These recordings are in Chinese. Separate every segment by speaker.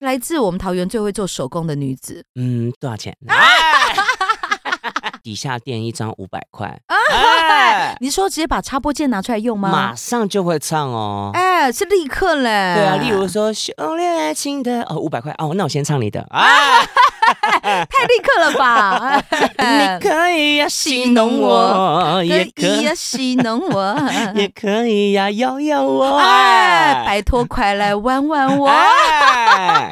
Speaker 1: 来自我们桃园最会做手工的女子，
Speaker 2: 嗯，多少钱？哎 底下垫一张五百 块，
Speaker 1: 啊
Speaker 2: 哎
Speaker 1: 你说直接把插播键拿出来用
Speaker 2: 马
Speaker 1: 吗？
Speaker 2: 上就会唱哦。
Speaker 1: 哎，是立刻嘞。
Speaker 2: 对啊，例如说修炼爱情的哦，五百块哦，那我先唱你的啊，
Speaker 1: 太立刻了吧？哎
Speaker 2: 你可以呀、戏弄我，也
Speaker 1: 跟
Speaker 2: 可
Speaker 1: 也戏弄 我，
Speaker 2: 也可以呀、摇摇我，
Speaker 1: 哎，拜托快来玩玩我！
Speaker 2: 哎，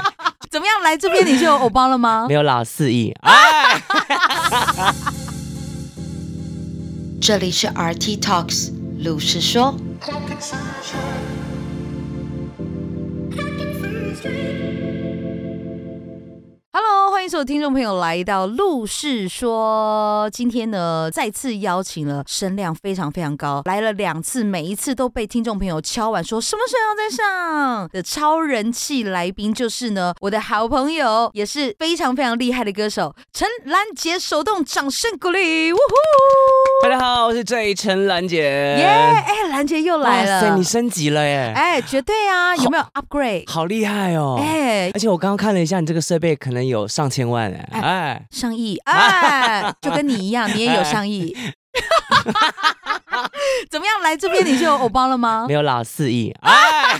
Speaker 1: 怎么样？来这边你就有偶包了吗
Speaker 2: 没？有老四意
Speaker 1: 啊
Speaker 2: 哎。
Speaker 3: 这里是 RT Talks 鲁是说。
Speaker 1: Hello，欢迎所有听众朋友来到《陆氏说》。今天呢，再次邀请了声量非常非常高，来了两次，每一次都被听众朋友敲碗说什么时候要再上的超人气来宾，就是呢我的好朋友，也是非常非常厉害的歌手陈兰杰，手动掌声鼓励，呜呼！
Speaker 2: 大家好，我是这一陈兰姐。
Speaker 1: 耶！哎，兰杰又来
Speaker 2: 哇塞，
Speaker 1: 了
Speaker 2: 你，升级了耶，
Speaker 1: 哎，绝对啊，有没有 upgrade？
Speaker 2: 好厉害哦！
Speaker 1: 哎
Speaker 2: 而且我刚刚看了一下，你这个设备可能有上千万哎，
Speaker 1: 哎
Speaker 2: 哎，
Speaker 1: 上 亿，哎，就跟你一样，你也有上亿。 怎么样？来这边你就有偶包了吗
Speaker 2: 没？有老四亿，
Speaker 1: 啊
Speaker 2: 哎，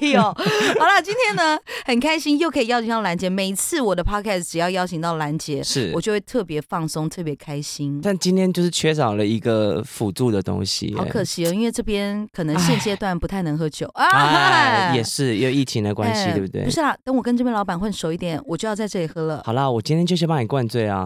Speaker 1: 哎呦，好了，今天呢很开心，又可以邀请到兰姐。每次我的 podcast 只要邀请到兰姐，
Speaker 2: 是
Speaker 1: 我就会特别放松，特别开心。
Speaker 2: 但今天就是缺少了一个辅助的东西，哎
Speaker 1: 好可
Speaker 2: 惜。
Speaker 1: 惜哦，因为这边可能现阶段不太能喝酒啊
Speaker 2: 哎，也是因为疫情的关系，
Speaker 1: 哎
Speaker 2: 对不对
Speaker 1: 不？是啦，等我跟这边老板混熟一点，我就要在这里喝了。
Speaker 2: 好啦，我今天就先帮你灌醉 啊！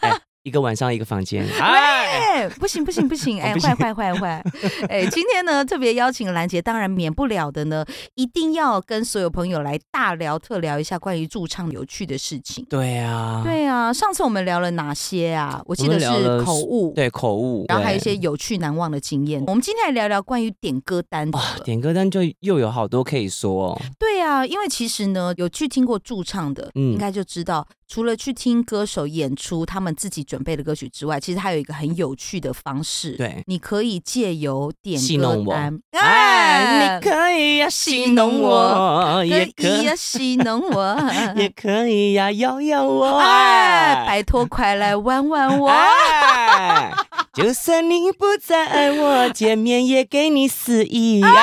Speaker 2: 哎，一个晚上一个房间，哎，哦
Speaker 1: 哎、不行不行不行，哎，
Speaker 2: 不
Speaker 1: 坏
Speaker 2: 行
Speaker 1: 坏坏坏！哎，今天呢特别邀请兰姐，当然免不了的呢，一定要跟所有朋友来大聊特聊一下关于驻唱有趣的事情。
Speaker 2: 对啊，
Speaker 1: 对啊，上次我们聊了哪些啊？我记得
Speaker 2: 我们聊
Speaker 1: 是
Speaker 2: 了
Speaker 1: 口误，
Speaker 2: 对口误，
Speaker 1: 然后还有一些
Speaker 2: 对
Speaker 1: 有趣难忘的经验。我们今天来聊聊关于点歌单好了
Speaker 2: 啊点歌单就又有好多可以说哦，
Speaker 1: 对啊，因为其实呢，有去听过驻唱的，
Speaker 2: 嗯
Speaker 1: 应该就知道，除了去听歌手演出他们自己准备的歌曲之外，其实还有一个很有趣的方式，
Speaker 2: 对
Speaker 1: 你可以借由点
Speaker 2: 戏
Speaker 1: 歌
Speaker 2: 弄我
Speaker 1: 单，
Speaker 2: 哎，
Speaker 1: 哎，
Speaker 2: 你可以呀戏弄我，也可
Speaker 1: 可以呀戏弄 我，
Speaker 2: 也可以呀，摇摇我，
Speaker 1: 哎，拜托快来玩玩我。
Speaker 2: 哎，就算你不再爱我，见面也给你肆意呀，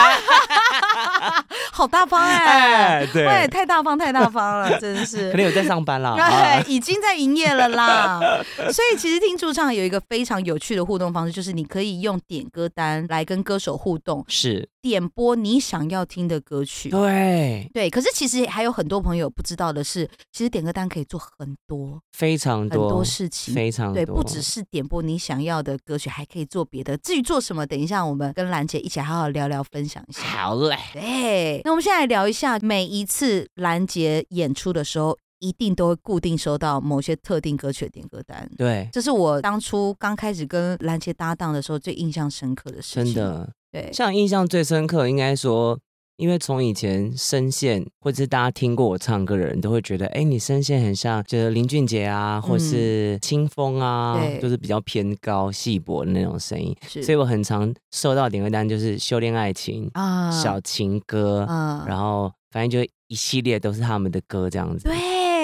Speaker 1: 好大方哎、
Speaker 2: 哎对
Speaker 1: 太大方太大方 了，真的是
Speaker 2: 可。能有在上班啦，
Speaker 1: 哎
Speaker 2: 啊，
Speaker 1: 已经在营业了 啦。所以其实听驻唱有一个非常有趣的互动方式，就是你可以用点歌单来跟歌手互动，
Speaker 2: 是，
Speaker 1: 点播你想要听的歌曲。
Speaker 2: 对，
Speaker 1: 对，可是其实还有很多朋友不知道的是，其实点歌单可以做很多
Speaker 2: 非常
Speaker 1: 很多
Speaker 2: 多，
Speaker 1: 事情。
Speaker 2: 非常多，
Speaker 1: 对，不只是点播你想要的歌曲，还可以做别的。至于做什么，等一下我们跟兰姐一起好好聊聊，分享一下。
Speaker 2: 好嘞，
Speaker 1: 对，那我们现在来聊一下，每一次兰杰演出的时候，一定都会固定收到某些特定歌曲的点歌单。
Speaker 2: 对，
Speaker 1: 这是我当初刚开始跟兰杰搭档的时候最印象深刻的事
Speaker 2: 真
Speaker 1: 情。，
Speaker 2: 的，
Speaker 1: 对，
Speaker 2: 像印象最深刻，应该说，因为从以前声线，或者是大家听过我唱歌的人都会觉得，哎，你声线很像就是林俊杰啊，或是清风啊，
Speaker 1: 对
Speaker 2: 就是比较偏高细薄的那种声音，
Speaker 1: 是
Speaker 2: 所以我很常收到点歌单，就是《修炼爱情》
Speaker 1: 啊
Speaker 2: 小情歌，
Speaker 1: 啊，
Speaker 2: 然后反正就一系列都是他们的歌这样子。对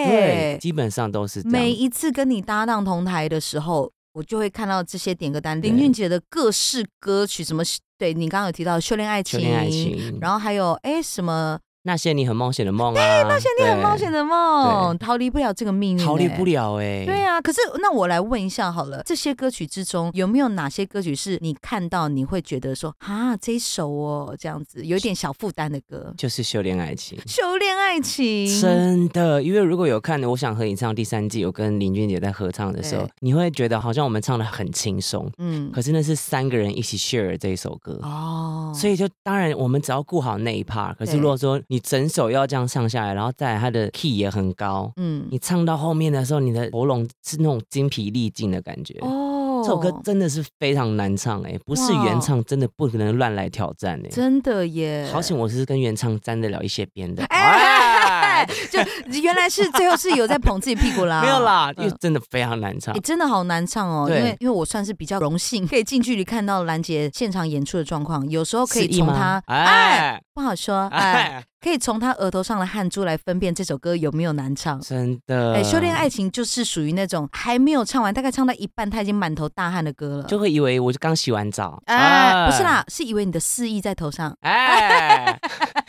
Speaker 1: 对，
Speaker 2: 基本上都是这
Speaker 1: 每
Speaker 2: 样。
Speaker 1: 一次跟你搭档同台的时候。我就会看到这些点歌单，林
Speaker 2: 对
Speaker 1: 俊杰的各式歌曲，什么对你刚刚有提到《修炼爱情》，
Speaker 2: 修炼爱情，
Speaker 1: 然后还有哎什么
Speaker 2: 那些你很冒险的梦啊，那些
Speaker 1: 《恋很冒险的梦》，逃离不了这个命运、
Speaker 2: 逃离
Speaker 1: 哎
Speaker 2: 不了哎。
Speaker 1: 对啊，可是那我来问一下好了，这些歌曲之中有没有哪些歌曲是你看到你会觉得说啊这一首哦这样子有点小负担的歌？
Speaker 2: 就是修炼爱情。
Speaker 1: 修炼爱情，
Speaker 2: 真的，因为如果有看《我想和你唱》第三季，有跟林俊杰在合唱的时候
Speaker 1: 对，
Speaker 2: 你会觉得好像我们唱的很轻松，
Speaker 1: 嗯，
Speaker 2: 可是那是三个人一起 share 这一首歌，
Speaker 1: 哦，
Speaker 2: 所以就当然我们只要顾好那一 part。可是
Speaker 1: 对
Speaker 2: 如果说你整首要这样唱下来，然后再来它的 key 也很高，
Speaker 1: 嗯，
Speaker 2: 你唱到后面的时候，你的喉咙是那种精疲力尽的感觉。
Speaker 1: 哦，
Speaker 2: 这首歌真的是非常难唱哎、不是
Speaker 1: 哇
Speaker 2: 原唱真的不可能乱来挑战哎、
Speaker 1: 真的耶，
Speaker 2: 好险我是跟原唱沾得了一些边的。
Speaker 1: 哎。 对？就原来是最后是有在捧自己屁股啦，
Speaker 2: 没有啦，因
Speaker 1: 嗯
Speaker 2: 为真的非常难唱
Speaker 1: 欸、。真的好难唱哦，因
Speaker 2: 对
Speaker 1: 为因为我算是比较荣幸，可以近距离看到兰姐现场演出的状况，有时候可以
Speaker 2: 是一
Speaker 1: 从
Speaker 2: 吗
Speaker 1: 她哎
Speaker 2: 哎
Speaker 1: 不好说哎，
Speaker 2: 哎，
Speaker 1: 可以从她额头上的汗珠来分辨这首歌有没有难唱。
Speaker 2: 真的，
Speaker 1: 哎，修炼爱情就是属于那种还没有唱完，大概唱到一半，她已经满头大汗的歌了。
Speaker 2: 就会以为我就刚洗完澡，
Speaker 1: 哎，不是，啦，是以为你的肆意在头上。
Speaker 2: 哎，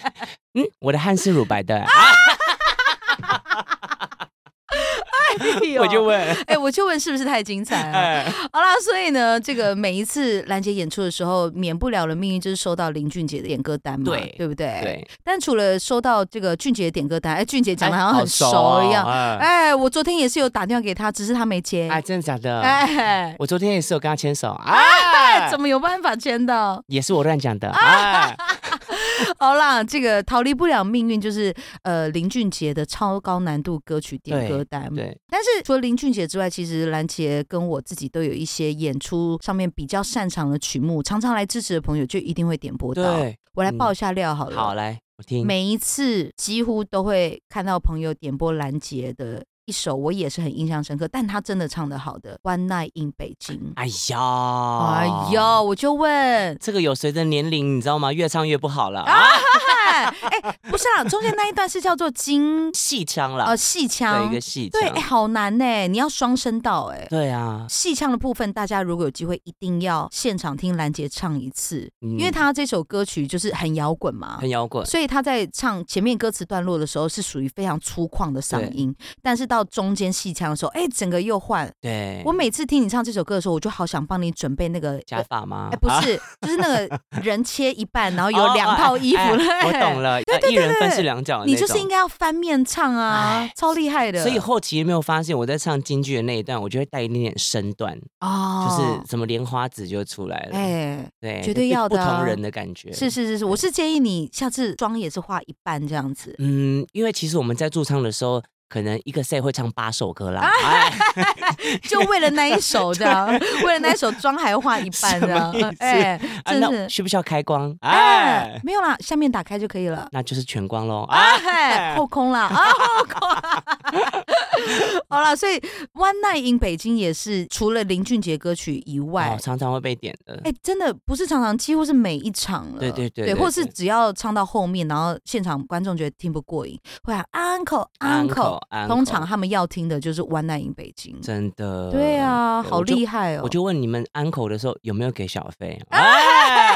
Speaker 2: 嗯，我的汗是乳白的，
Speaker 1: 哎
Speaker 2: 啊 我就问，
Speaker 1: 哎，我就问是不是太精彩了？
Speaker 2: 哎，
Speaker 1: 好啦，所以呢，这个每一次兰姐演出的时候，免不了的命运就是收到林俊杰的点歌单嘛，
Speaker 2: 对
Speaker 1: 对不对？
Speaker 2: 对，
Speaker 1: 但除了收到这个俊杰的点歌单，哎，俊杰讲的好像
Speaker 2: 哎
Speaker 1: 很熟
Speaker 2: 哦
Speaker 1: 一样。
Speaker 2: 哎，
Speaker 1: 哎，我昨天也是有打电话给他，只是他没接。
Speaker 2: 哎，真的假的？
Speaker 1: 哎，
Speaker 2: 我昨天也是有跟他牵手，哎，
Speaker 1: 怎么有办法签到？
Speaker 2: 也是我乱讲的， 哎，
Speaker 1: 好啦，这个逃离不了命运，就是呃林俊杰的超高难度歌曲点歌单。
Speaker 2: 对，
Speaker 1: 但是除了林俊杰之外，其实兰杰跟我自己都有一些演出上面比较擅长的曲目，常常来支持的朋友就一定会点播到。
Speaker 2: 对，嗯
Speaker 1: 我来爆一下料好了。
Speaker 2: 好，嗯来，我听，
Speaker 1: 每一次几乎都会看到朋友点播兰杰的一首，我也是很印象深刻，但他真的唱得好的《One Night in 北京》。
Speaker 2: 哎呀，，
Speaker 1: 哎呦，，我就问
Speaker 2: 这个有随着年龄，你知道吗？越唱越不好了，
Speaker 1: 啊
Speaker 2: 啊，
Speaker 1: 哎，哎不是啦，中间那一段是叫做金
Speaker 2: 戏腔
Speaker 1: 呃
Speaker 2: 了，
Speaker 1: 戏
Speaker 2: 对，
Speaker 1: 腔
Speaker 2: 一个，戏
Speaker 1: 对，哎，
Speaker 2: 腔，
Speaker 1: 好难呢，你要双声道哎。
Speaker 2: 对啊，
Speaker 1: 戏腔的部分，大家如果有机会，一定要现场听兰杰唱一次，
Speaker 2: 因
Speaker 1: 因为他这首歌曲就是很摇滚嘛，
Speaker 2: 嗯很摇滚，
Speaker 1: 所以他在唱前面歌词段落的时候是属于非常粗犷的嗓音，但是到中间戏腔的时候，哎，整个又换。
Speaker 2: 对，
Speaker 1: 我每次听你唱这首歌的时候，我就好想帮你准备那个
Speaker 2: 假发吗？
Speaker 1: 哎，不
Speaker 2: 啊
Speaker 1: 是，就是那个人切一半，然后
Speaker 2: 哦
Speaker 1: 有两套衣服
Speaker 2: 哎
Speaker 1: 了。
Speaker 2: 我懂
Speaker 1: 了，
Speaker 2: 了，呃一人分饰两角的那
Speaker 1: 你
Speaker 2: 种，
Speaker 1: 就是应该要翻面唱啊
Speaker 2: 哎，
Speaker 1: 超厉害的。
Speaker 2: 所以后期有没有发现我在唱京剧的那一段，我就会带一点点身段，
Speaker 1: 哦，
Speaker 2: 就是什么莲花指就出来了，
Speaker 1: 哎，
Speaker 2: 对，
Speaker 1: 绝对要的
Speaker 2: 不
Speaker 1: 啊
Speaker 2: 同人的感觉
Speaker 1: 是。是是是，我是建议你下次妆也是画一半这样 子。
Speaker 2: 嗯，因为其实我们在驻唱的时候，可能一个 set 会唱八首歌啦，
Speaker 1: 啊
Speaker 2: 哎，
Speaker 1: 就为了那一首这 样，为了那一首妆还画一半这样
Speaker 2: 什么意，思
Speaker 1: 哎，
Speaker 2: 啊
Speaker 1: 真
Speaker 2: 那
Speaker 1: 是。
Speaker 2: 需不需要开光？
Speaker 1: 哎
Speaker 2: 哎，，
Speaker 1: 没有啦，下面打开就可以 了。
Speaker 2: 那就是全光喽，啊，
Speaker 1: 哎，后空啦，啊，后空。 好啦，所以《One Night in 北京》也是除了林俊杰歌曲以外
Speaker 2: 哦，常常会被点的
Speaker 1: 哎、，真的不是常常，几乎是每一场了。
Speaker 2: 对对对
Speaker 1: 对，
Speaker 2: 对
Speaker 1: 或是
Speaker 2: 对
Speaker 1: 只要唱到后面，然后现场观众觉得听不过瘾，会喊 uncle 哎 uncle。
Speaker 2: uncle，
Speaker 1: 通常
Speaker 2: uncle，
Speaker 1: 他们要听的就是《One Night in 北京》。
Speaker 2: 真的，
Speaker 1: 对啊，
Speaker 2: 对
Speaker 1: 好
Speaker 2: 我就
Speaker 1: 厉害哦！
Speaker 2: 我就问你们安口的时候有没有给小费？哎，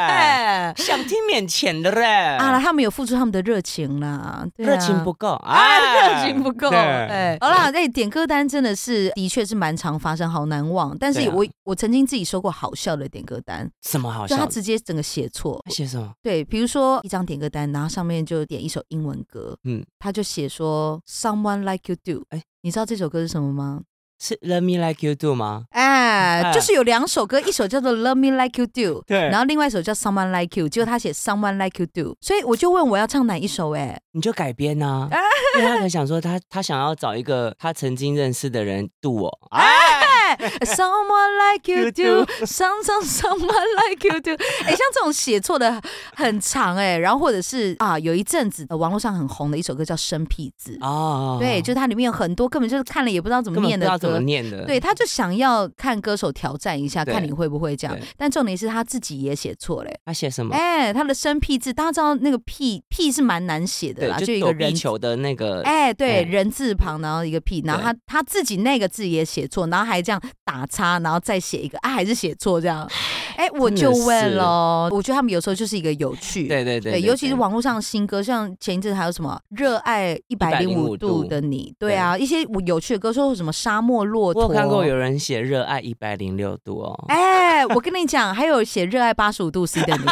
Speaker 1: 哎
Speaker 2: 想听免钱的嘞，
Speaker 1: 啊啦，他们有付出他们的热情啦，对啊
Speaker 2: 热情不够，
Speaker 1: 啊，
Speaker 2: 哎
Speaker 1: 热情不够。
Speaker 2: 对
Speaker 1: 哎，好啦，哎，点歌单真的是，的确是蛮常发生，好难忘。但是
Speaker 2: 对啊
Speaker 1: 我、我曾经自己收过好笑的点歌单，
Speaker 2: 什么好
Speaker 1: 就
Speaker 2: 笑
Speaker 1: 他
Speaker 2: 的？
Speaker 1: 直接整个写错
Speaker 2: 他。写什么？
Speaker 1: 对，比如说一张点歌单，然后上面就点一首英文歌，嗯
Speaker 2: 嗯，
Speaker 1: 他就写说 “Someone Like You Do”，哎、
Speaker 2: 哎
Speaker 1: 你知道这首歌是什么吗？
Speaker 2: 是 Let Me Like You Do 吗？
Speaker 1: 哎、
Speaker 2: 哎
Speaker 1: 就是有两首歌，一首叫做 “Love Me Like You Do”，
Speaker 2: 对
Speaker 1: 然后另外一首叫 “Someone Like You”，结果他写 “Someone Like You Do”，所以我就问我要唱哪一首、哎，
Speaker 2: 你就改编 呐、
Speaker 1: 哎
Speaker 2: 因为他可能想说他他想要找一个他曾经认识的人度我，啊、
Speaker 1: Someone like you
Speaker 2: You
Speaker 1: do,
Speaker 2: do.
Speaker 1: some some someone like you do。哎、像这种写错的很长哎、然后或者是啊，有一阵子、呃网络上很红的一首歌叫《生僻字》，
Speaker 2: 哦
Speaker 1: 对，就它里面有很多根本就是看了也不知道怎么
Speaker 2: 根本
Speaker 1: 念
Speaker 2: 不知
Speaker 1: 的
Speaker 2: 道怎么
Speaker 1: 歌。
Speaker 2: 念的，
Speaker 1: 对，他就想要看歌手挑战一下，
Speaker 2: 对
Speaker 1: 看你会不会这样
Speaker 2: 对。嗯
Speaker 1: 但重点是他自己也写错嘞、
Speaker 2: 他写什么？
Speaker 1: 哎、他的生僻字，大家知道那个僻僻是蛮难写的
Speaker 2: 对
Speaker 1: 啦，，
Speaker 2: 就
Speaker 1: 啊一
Speaker 2: 躲
Speaker 1: 个
Speaker 2: 避
Speaker 1: 人
Speaker 2: 球的那个，
Speaker 1: 哎，对，
Speaker 2: 哎
Speaker 1: 人字旁，然后一个屁，然后他他自己那个字也写错，然后还这样打叉，然后再写一个，啊，还是写错这 样。哎，我就问喽，我觉得他们有时候就是一个有趣，
Speaker 2: 对对对
Speaker 1: 尤其是网络上新歌，像前一阵还有什么《热爱一百零五
Speaker 2: 105
Speaker 1: 度
Speaker 2: 度
Speaker 1: 的 你》，对啊，一些有趣的歌，说什么沙漠骆
Speaker 2: 我
Speaker 1: 驼，
Speaker 2: 有看过有。人写热爱一百零六度哦，
Speaker 1: 哎，我跟你讲，还有写热爱八十五度 C 的你，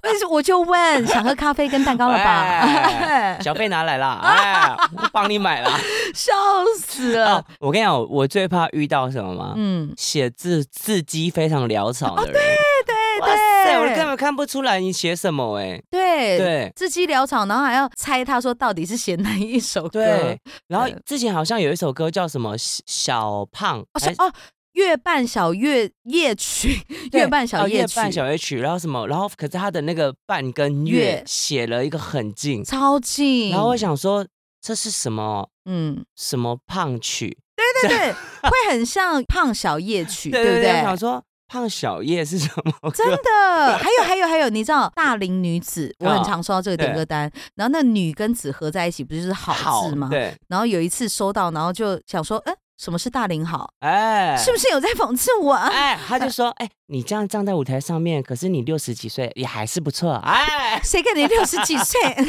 Speaker 1: 但是我就问，想喝咖啡跟蛋糕了吧
Speaker 2: 哎？小费拿来啦，哎，我帮你买啦。
Speaker 1: 笑死
Speaker 2: 哦
Speaker 1: 了，，
Speaker 2: 我跟你讲，我最怕遇到什么吗？
Speaker 1: 嗯。哦
Speaker 2: 写字字迹非常潦草的人，
Speaker 1: 对
Speaker 2: 哇塞，我
Speaker 1: 对
Speaker 2: 根本看不出来你写什么哎、
Speaker 1: 对
Speaker 2: 对
Speaker 1: 字迹潦草，然后还要猜他说到底是写哪一首歌？
Speaker 2: 对，然后
Speaker 1: 对嗯
Speaker 2: 之前好像有一首歌叫什么小小胖，
Speaker 1: 哦，小
Speaker 2: 还
Speaker 1: 哦，月半小夜夜曲，月半小
Speaker 2: 哦
Speaker 1: 夜
Speaker 2: 夜
Speaker 1: 曲，
Speaker 2: 半小夜曲，然后什么，然后可是他的那个半跟
Speaker 1: 月
Speaker 2: 月写了一个很近，
Speaker 1: 超近。
Speaker 2: 然后我想说这是什么
Speaker 1: 嗯，
Speaker 2: 什么胖曲，
Speaker 1: 对对对，会很像胖小夜曲，对不
Speaker 2: 对，我
Speaker 1: 对
Speaker 2: 想？说胖小叶是什么歌？
Speaker 1: 真的，还有还有还有，你知道大龄女子，我很
Speaker 2: 啊
Speaker 1: 常收到这个点
Speaker 2: 对
Speaker 1: 歌单，然后那女跟子合在一起，不就是好字吗？
Speaker 2: 对，
Speaker 1: 然后有一次收到，然后就想说，嗯，什么是大龄好？
Speaker 2: 哎，
Speaker 1: 是不是有在讽刺我？啊
Speaker 2: 哎，他就说，哎，你这样站在舞台上面，可是你六十几岁也还是不错，哎，
Speaker 1: 谁跟你六十几岁？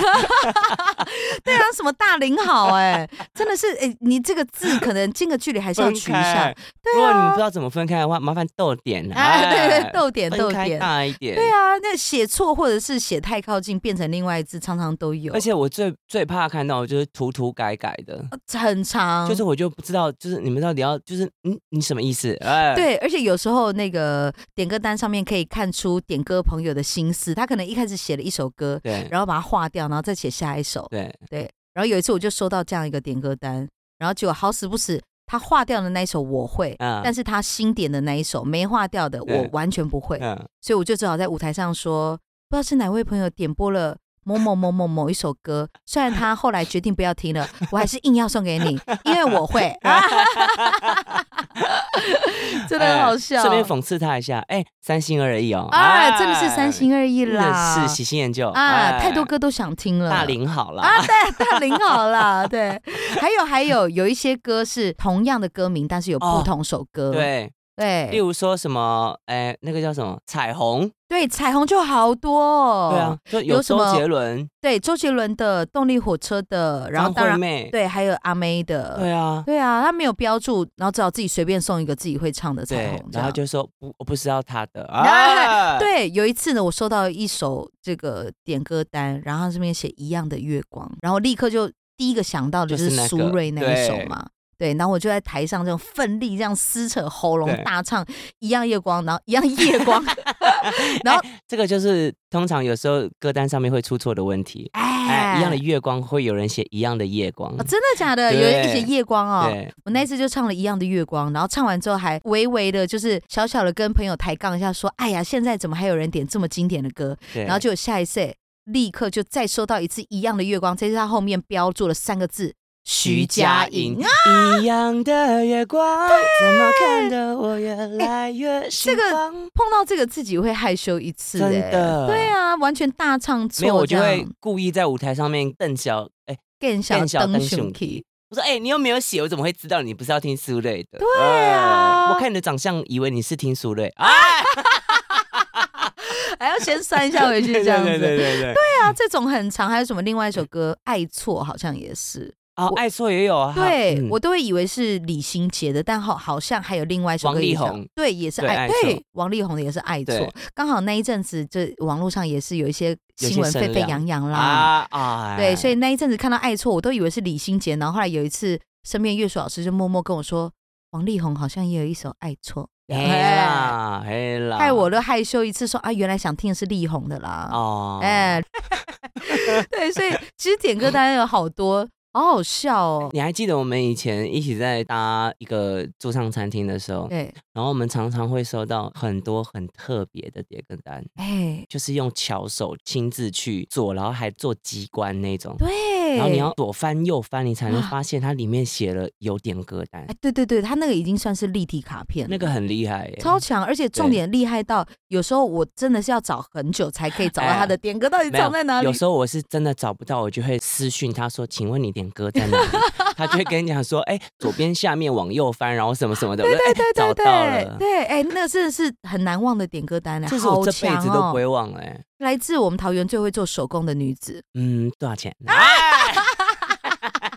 Speaker 1: 对啊，什么大龄好哎、真的是哎、你这个字可能近个距离还是要
Speaker 2: 分
Speaker 1: 取一下
Speaker 2: 开。。如果你们不知道怎么分开的话，麻烦逗点，啊
Speaker 1: 哎，啊对对，逗点
Speaker 2: 分
Speaker 1: 逗
Speaker 2: 开
Speaker 1: 点，
Speaker 2: 大一点。
Speaker 1: 对啊，那写错或者是写太靠近变成另外一字，常常都有，
Speaker 2: 而且我最最怕看到的就是涂涂改改的，
Speaker 1: 呃很长，
Speaker 2: 就是我就不知道，就是你们到底要，就是嗯，你什么意思？哎，
Speaker 1: 对，而且有时候那个点歌单上面可以看出点歌朋友的心思，他可能一开始写了一首歌，
Speaker 2: 对
Speaker 1: 然后把它划掉，然后再写下一首。
Speaker 2: 对，
Speaker 1: 然后有一次我就收到这样一个点歌单，然后结果好死不死，他划掉的那一首我会，
Speaker 2: 嗯
Speaker 1: 但是他新点的那一首没划掉的
Speaker 2: 对
Speaker 1: 我完全不会，
Speaker 2: 嗯，
Speaker 1: 所以我就只好在舞台上说，不知道是哪位朋友点播了。某某某某某一首 歌，虽然他后来决定不要听了，我还是硬要送给 你，因为我会， 真的很好笑。
Speaker 2: 哎顺便讽刺他一下，哎，三心二意哦，
Speaker 1: 啊，真的是三心二意
Speaker 2: 真的
Speaker 1: 啦，
Speaker 2: 是喜新厌旧
Speaker 1: 啊，
Speaker 2: 哎
Speaker 1: 太多歌都想听了。
Speaker 2: 大龄好了，
Speaker 1: 啊，对，大龄好啦，对。还有还有，有一些歌是同样的歌名，但是有不
Speaker 2: 哦
Speaker 1: 同首歌。
Speaker 2: 对，例
Speaker 1: 对
Speaker 2: 如说什么，哎，那个叫什么彩虹，
Speaker 1: 对，彩虹就好多、哦。
Speaker 2: 对啊，，就
Speaker 1: 有
Speaker 2: 有
Speaker 1: 什
Speaker 2: 周
Speaker 1: 么
Speaker 2: 杰伦、
Speaker 1: 对，周杰伦的《动力火车》的，然后
Speaker 2: 张
Speaker 1: 当
Speaker 2: 惠
Speaker 1: 然
Speaker 2: 妹，
Speaker 1: 对，还有阿妹的。
Speaker 2: 对啊，
Speaker 1: 对啊，他没有标注，然后只好自己随便送一个自己会唱的彩
Speaker 2: 对
Speaker 1: 虹，，这
Speaker 2: 然后
Speaker 1: 样。
Speaker 2: 就说不，我不知道他 的
Speaker 1: 啊
Speaker 2: 啊，
Speaker 1: 对，有一次呢，我收到一首这个点歌单，然后它上面写一样的月光，然后立刻就第一个想到的就
Speaker 2: 就是是那
Speaker 1: 苏
Speaker 2: 个
Speaker 1: 芮那一首
Speaker 2: 对
Speaker 1: 嘛。对，然后我就在台上这样奋力这样撕扯喉咙
Speaker 2: 对
Speaker 1: 大唱一样月光，然后一样夜 光，然后
Speaker 2: 这个就是通常有时候歌单上面会出错的问题。
Speaker 1: 哎
Speaker 2: 哎，一样的月光会有人写一样的夜光
Speaker 1: 哦，真的假的？有人写
Speaker 2: 对
Speaker 1: 夜光哦，
Speaker 2: 对，
Speaker 1: 我那一次就唱了一样的月光，然后唱完之后还微微的，就是小小的跟朋友抬杠一下，说：“哎呀，现在怎么还有人点这么经典的歌？”
Speaker 2: 对
Speaker 1: 然后就有下一次，立刻就再收到一次一样的月光，这次他后面标注了三个字徐佳莹。啊
Speaker 2: 一样的月光，怎么看得我越
Speaker 1: 哎
Speaker 2: 来越心慌？
Speaker 1: 碰到这个自己会害羞一次、
Speaker 2: 真
Speaker 1: 哎
Speaker 2: 的
Speaker 1: 对啊，完全大唱错，
Speaker 2: 没有，我就
Speaker 1: 这
Speaker 2: 会
Speaker 1: 样
Speaker 2: 故意在舞台上面瞪小，哎，
Speaker 1: 更想
Speaker 2: 更想
Speaker 1: 登
Speaker 2: 登
Speaker 1: 熊
Speaker 2: 熊
Speaker 1: key。
Speaker 2: 我说，哎，你又没有写，我怎么会知道你不是要听苏芮的？
Speaker 1: 对啊
Speaker 2: 哎我看你的长相，以为你是听苏芮啊，
Speaker 1: 还要先删一下回去，这样
Speaker 2: 对
Speaker 1: 子。
Speaker 2: 对对对对，
Speaker 1: 对啊，这种很长。还有什么另外一首歌《爱错》好像也是，
Speaker 2: 哦，爱错也有啊，
Speaker 1: 对、
Speaker 2: 嗯
Speaker 1: 我都会以为是李心洁的，但好好像还有另外一首歌
Speaker 2: 王力
Speaker 1: 也叫
Speaker 2: 宏，
Speaker 1: 对，也是
Speaker 2: 对
Speaker 1: 爱
Speaker 2: 爱错
Speaker 1: 对，王力宏的也是爱错
Speaker 2: 对。
Speaker 1: 刚好那一阵子，这网络上也是有一些
Speaker 2: 有
Speaker 1: 新
Speaker 2: 些
Speaker 1: 闻沸沸
Speaker 2: 声量
Speaker 1: 扬扬啦。
Speaker 2: 啊啊
Speaker 1: 对，所以那一阵子看到爱错，我都以为是李心洁，然后后来有一次，身边乐手老师就默默跟我说，王力宏好像也有一首《爱错》，哎
Speaker 2: 黑啦黑啦，
Speaker 1: 害我都害羞一次说，啊，原来想听的是力宏的啦。
Speaker 2: 哦，
Speaker 1: 哎， 对，所以其实点歌单有好多，好好笑哦。
Speaker 2: 你还记得我们以前一起在搭一个驻唱餐厅的时候，
Speaker 1: 对，
Speaker 2: 然后我们常常会收到很多很特别的点歌单，
Speaker 1: 哎，
Speaker 2: 就是用巧手亲自去做，然后还做机关那种。
Speaker 1: 对，
Speaker 2: 然后你要左翻右翻，你才能
Speaker 1: 哇
Speaker 2: 发现它里面写了有点歌单
Speaker 1: 哎，，对对对，他那个已经算是立体卡片了，
Speaker 2: 那个很厉害耶！
Speaker 1: 超强，而且重点厉害到有时候我真的是要找很久才可以找到他的点歌到底
Speaker 2: 哎没有
Speaker 1: 藏在哪里
Speaker 2: 有。时候我是真的找不到，我就会私讯他说：“请问你点歌在哪里？”他就会跟你讲说：“ 哎，左边下面往右翻，然后什么什么的。”我
Speaker 1: 对
Speaker 2: 就
Speaker 1: 对
Speaker 2: 哎
Speaker 1: 对对
Speaker 2: 找
Speaker 1: 对
Speaker 2: 到了，
Speaker 1: 对，哎，那个真的是很难忘的点歌单呢，啊
Speaker 2: 这是
Speaker 1: 好
Speaker 2: 我这辈
Speaker 1: 强
Speaker 2: 子都不会
Speaker 1: 哦！
Speaker 2: 忘了哎。
Speaker 1: 来自我们桃园最会做手工的女子。
Speaker 2: 嗯，多少钱？
Speaker 1: 啊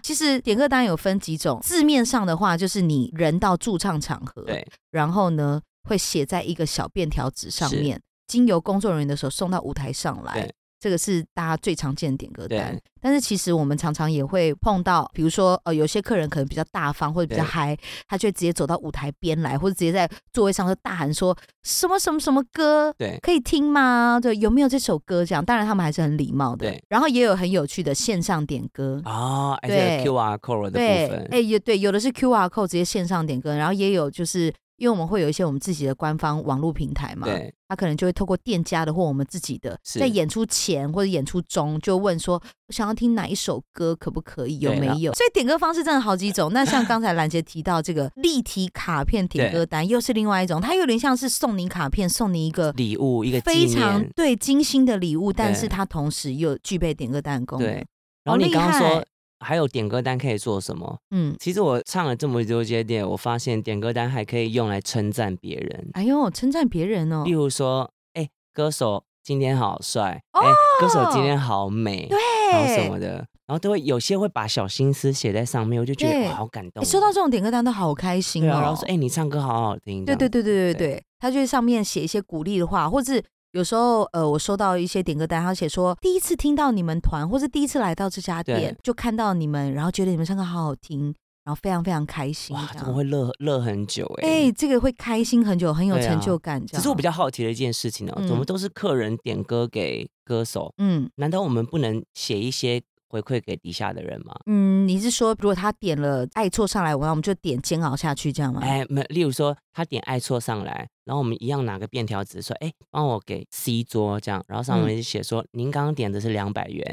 Speaker 1: 其实点歌单有分几种，字面上的话就是你人到驻唱场合，
Speaker 2: 对，
Speaker 1: 然后呢会写在一个小便条纸上
Speaker 2: 是
Speaker 1: 面，经由工作人员的手送到舞台上来
Speaker 2: 对。
Speaker 1: 这个是大家最常见的点歌单
Speaker 2: 对，
Speaker 1: 但是其实我们常常也会碰到，比如说呃，有些客人可能比较大方或者比较
Speaker 2: 对
Speaker 1: 嗨，他就会直接走到舞台边来，或者直接在座位上就大喊说什么什么什么歌，
Speaker 2: 对
Speaker 1: 可以听吗？对，有没有这首歌？这样，当然他们还是很礼貌的
Speaker 2: 对。
Speaker 1: 然后也有很有趣的线上点歌，
Speaker 2: 哦，还是
Speaker 1: 对
Speaker 2: 有 QR code 的
Speaker 1: 对
Speaker 2: 部，分，
Speaker 1: 哎，也对，有的是 QR code 直接线上点歌，然后也有就是因为我们会有一些我们自己的官方网络平台嘛，
Speaker 2: 对，
Speaker 1: 他可能就会透过店家的或我们自己的，
Speaker 2: 是
Speaker 1: 在演出前或者演出中就问说想要听哪一首歌，可不可以？有
Speaker 2: 对
Speaker 1: 没
Speaker 2: 啦
Speaker 1: 有？所以点歌方式真的好几种。那像刚才兰杰提到这 个立体卡片点歌单，又是另外一种，它有点像是送你卡片，送你一个
Speaker 2: 礼物一个纪
Speaker 1: 非常
Speaker 2: 念。
Speaker 1: 对精心的礼物，但
Speaker 2: 对
Speaker 1: 是它同时又具备点歌单的功能
Speaker 2: 对。然后你
Speaker 1: 厉
Speaker 2: 刚刚说
Speaker 1: 害
Speaker 2: 还有点歌单可以做什么？
Speaker 1: 嗯，
Speaker 2: 其实我唱了这么多节点，我发现点歌单还可以用来称赞别人，
Speaker 1: 哎呦，称赞别人哦
Speaker 2: 例，如说，哎、歌手今天好帅，哎、歌手今天好美，然后什么
Speaker 1: 哦对。哎
Speaker 2: 的，然后都会有些会把小心思写在上面，我就觉
Speaker 1: 对
Speaker 2: 得哇好感动
Speaker 1: 哎
Speaker 2: 哦。
Speaker 1: 收到这种点歌单都好开心
Speaker 2: 对
Speaker 1: 哦，
Speaker 2: 啊，然后说，哎、你唱歌好好听，
Speaker 1: 对
Speaker 2: 这
Speaker 1: 对
Speaker 2: 样
Speaker 1: 对对对
Speaker 2: 对
Speaker 1: 对，他就会上面写一些鼓励的话，或是有时候呃，我收到一些点歌单，他写说第一次听到你们团，或是第一次来到这家
Speaker 2: 对
Speaker 1: 店，就看到你们，然后觉得你们唱歌好好听，然后非常非常开心。
Speaker 2: 哇，
Speaker 1: 这
Speaker 2: 这个
Speaker 1: 样
Speaker 2: 会乐乐很久哎、
Speaker 1: 哎、这个会开心很久，很有
Speaker 2: 对
Speaker 1: 成
Speaker 2: 啊
Speaker 1: 就感。这
Speaker 2: 只
Speaker 1: 样
Speaker 2: 是我比较好奇的一件事情哦、
Speaker 1: 嗯
Speaker 2: 怎么都是客人点歌给歌手，
Speaker 1: 嗯
Speaker 2: 难道我们不能写一些回馈给底下的人吗？
Speaker 1: 嗯，你是说如果他点了爱错上来，我那我们就点煎熬下去这样吗？
Speaker 2: 哎，没，例如说他点爱错上来，然后我们一样拿个便条纸说，哎，帮我给 C 桌这样，然后上
Speaker 1: 嗯
Speaker 2: 面就写说、您刚刚点的是两百元，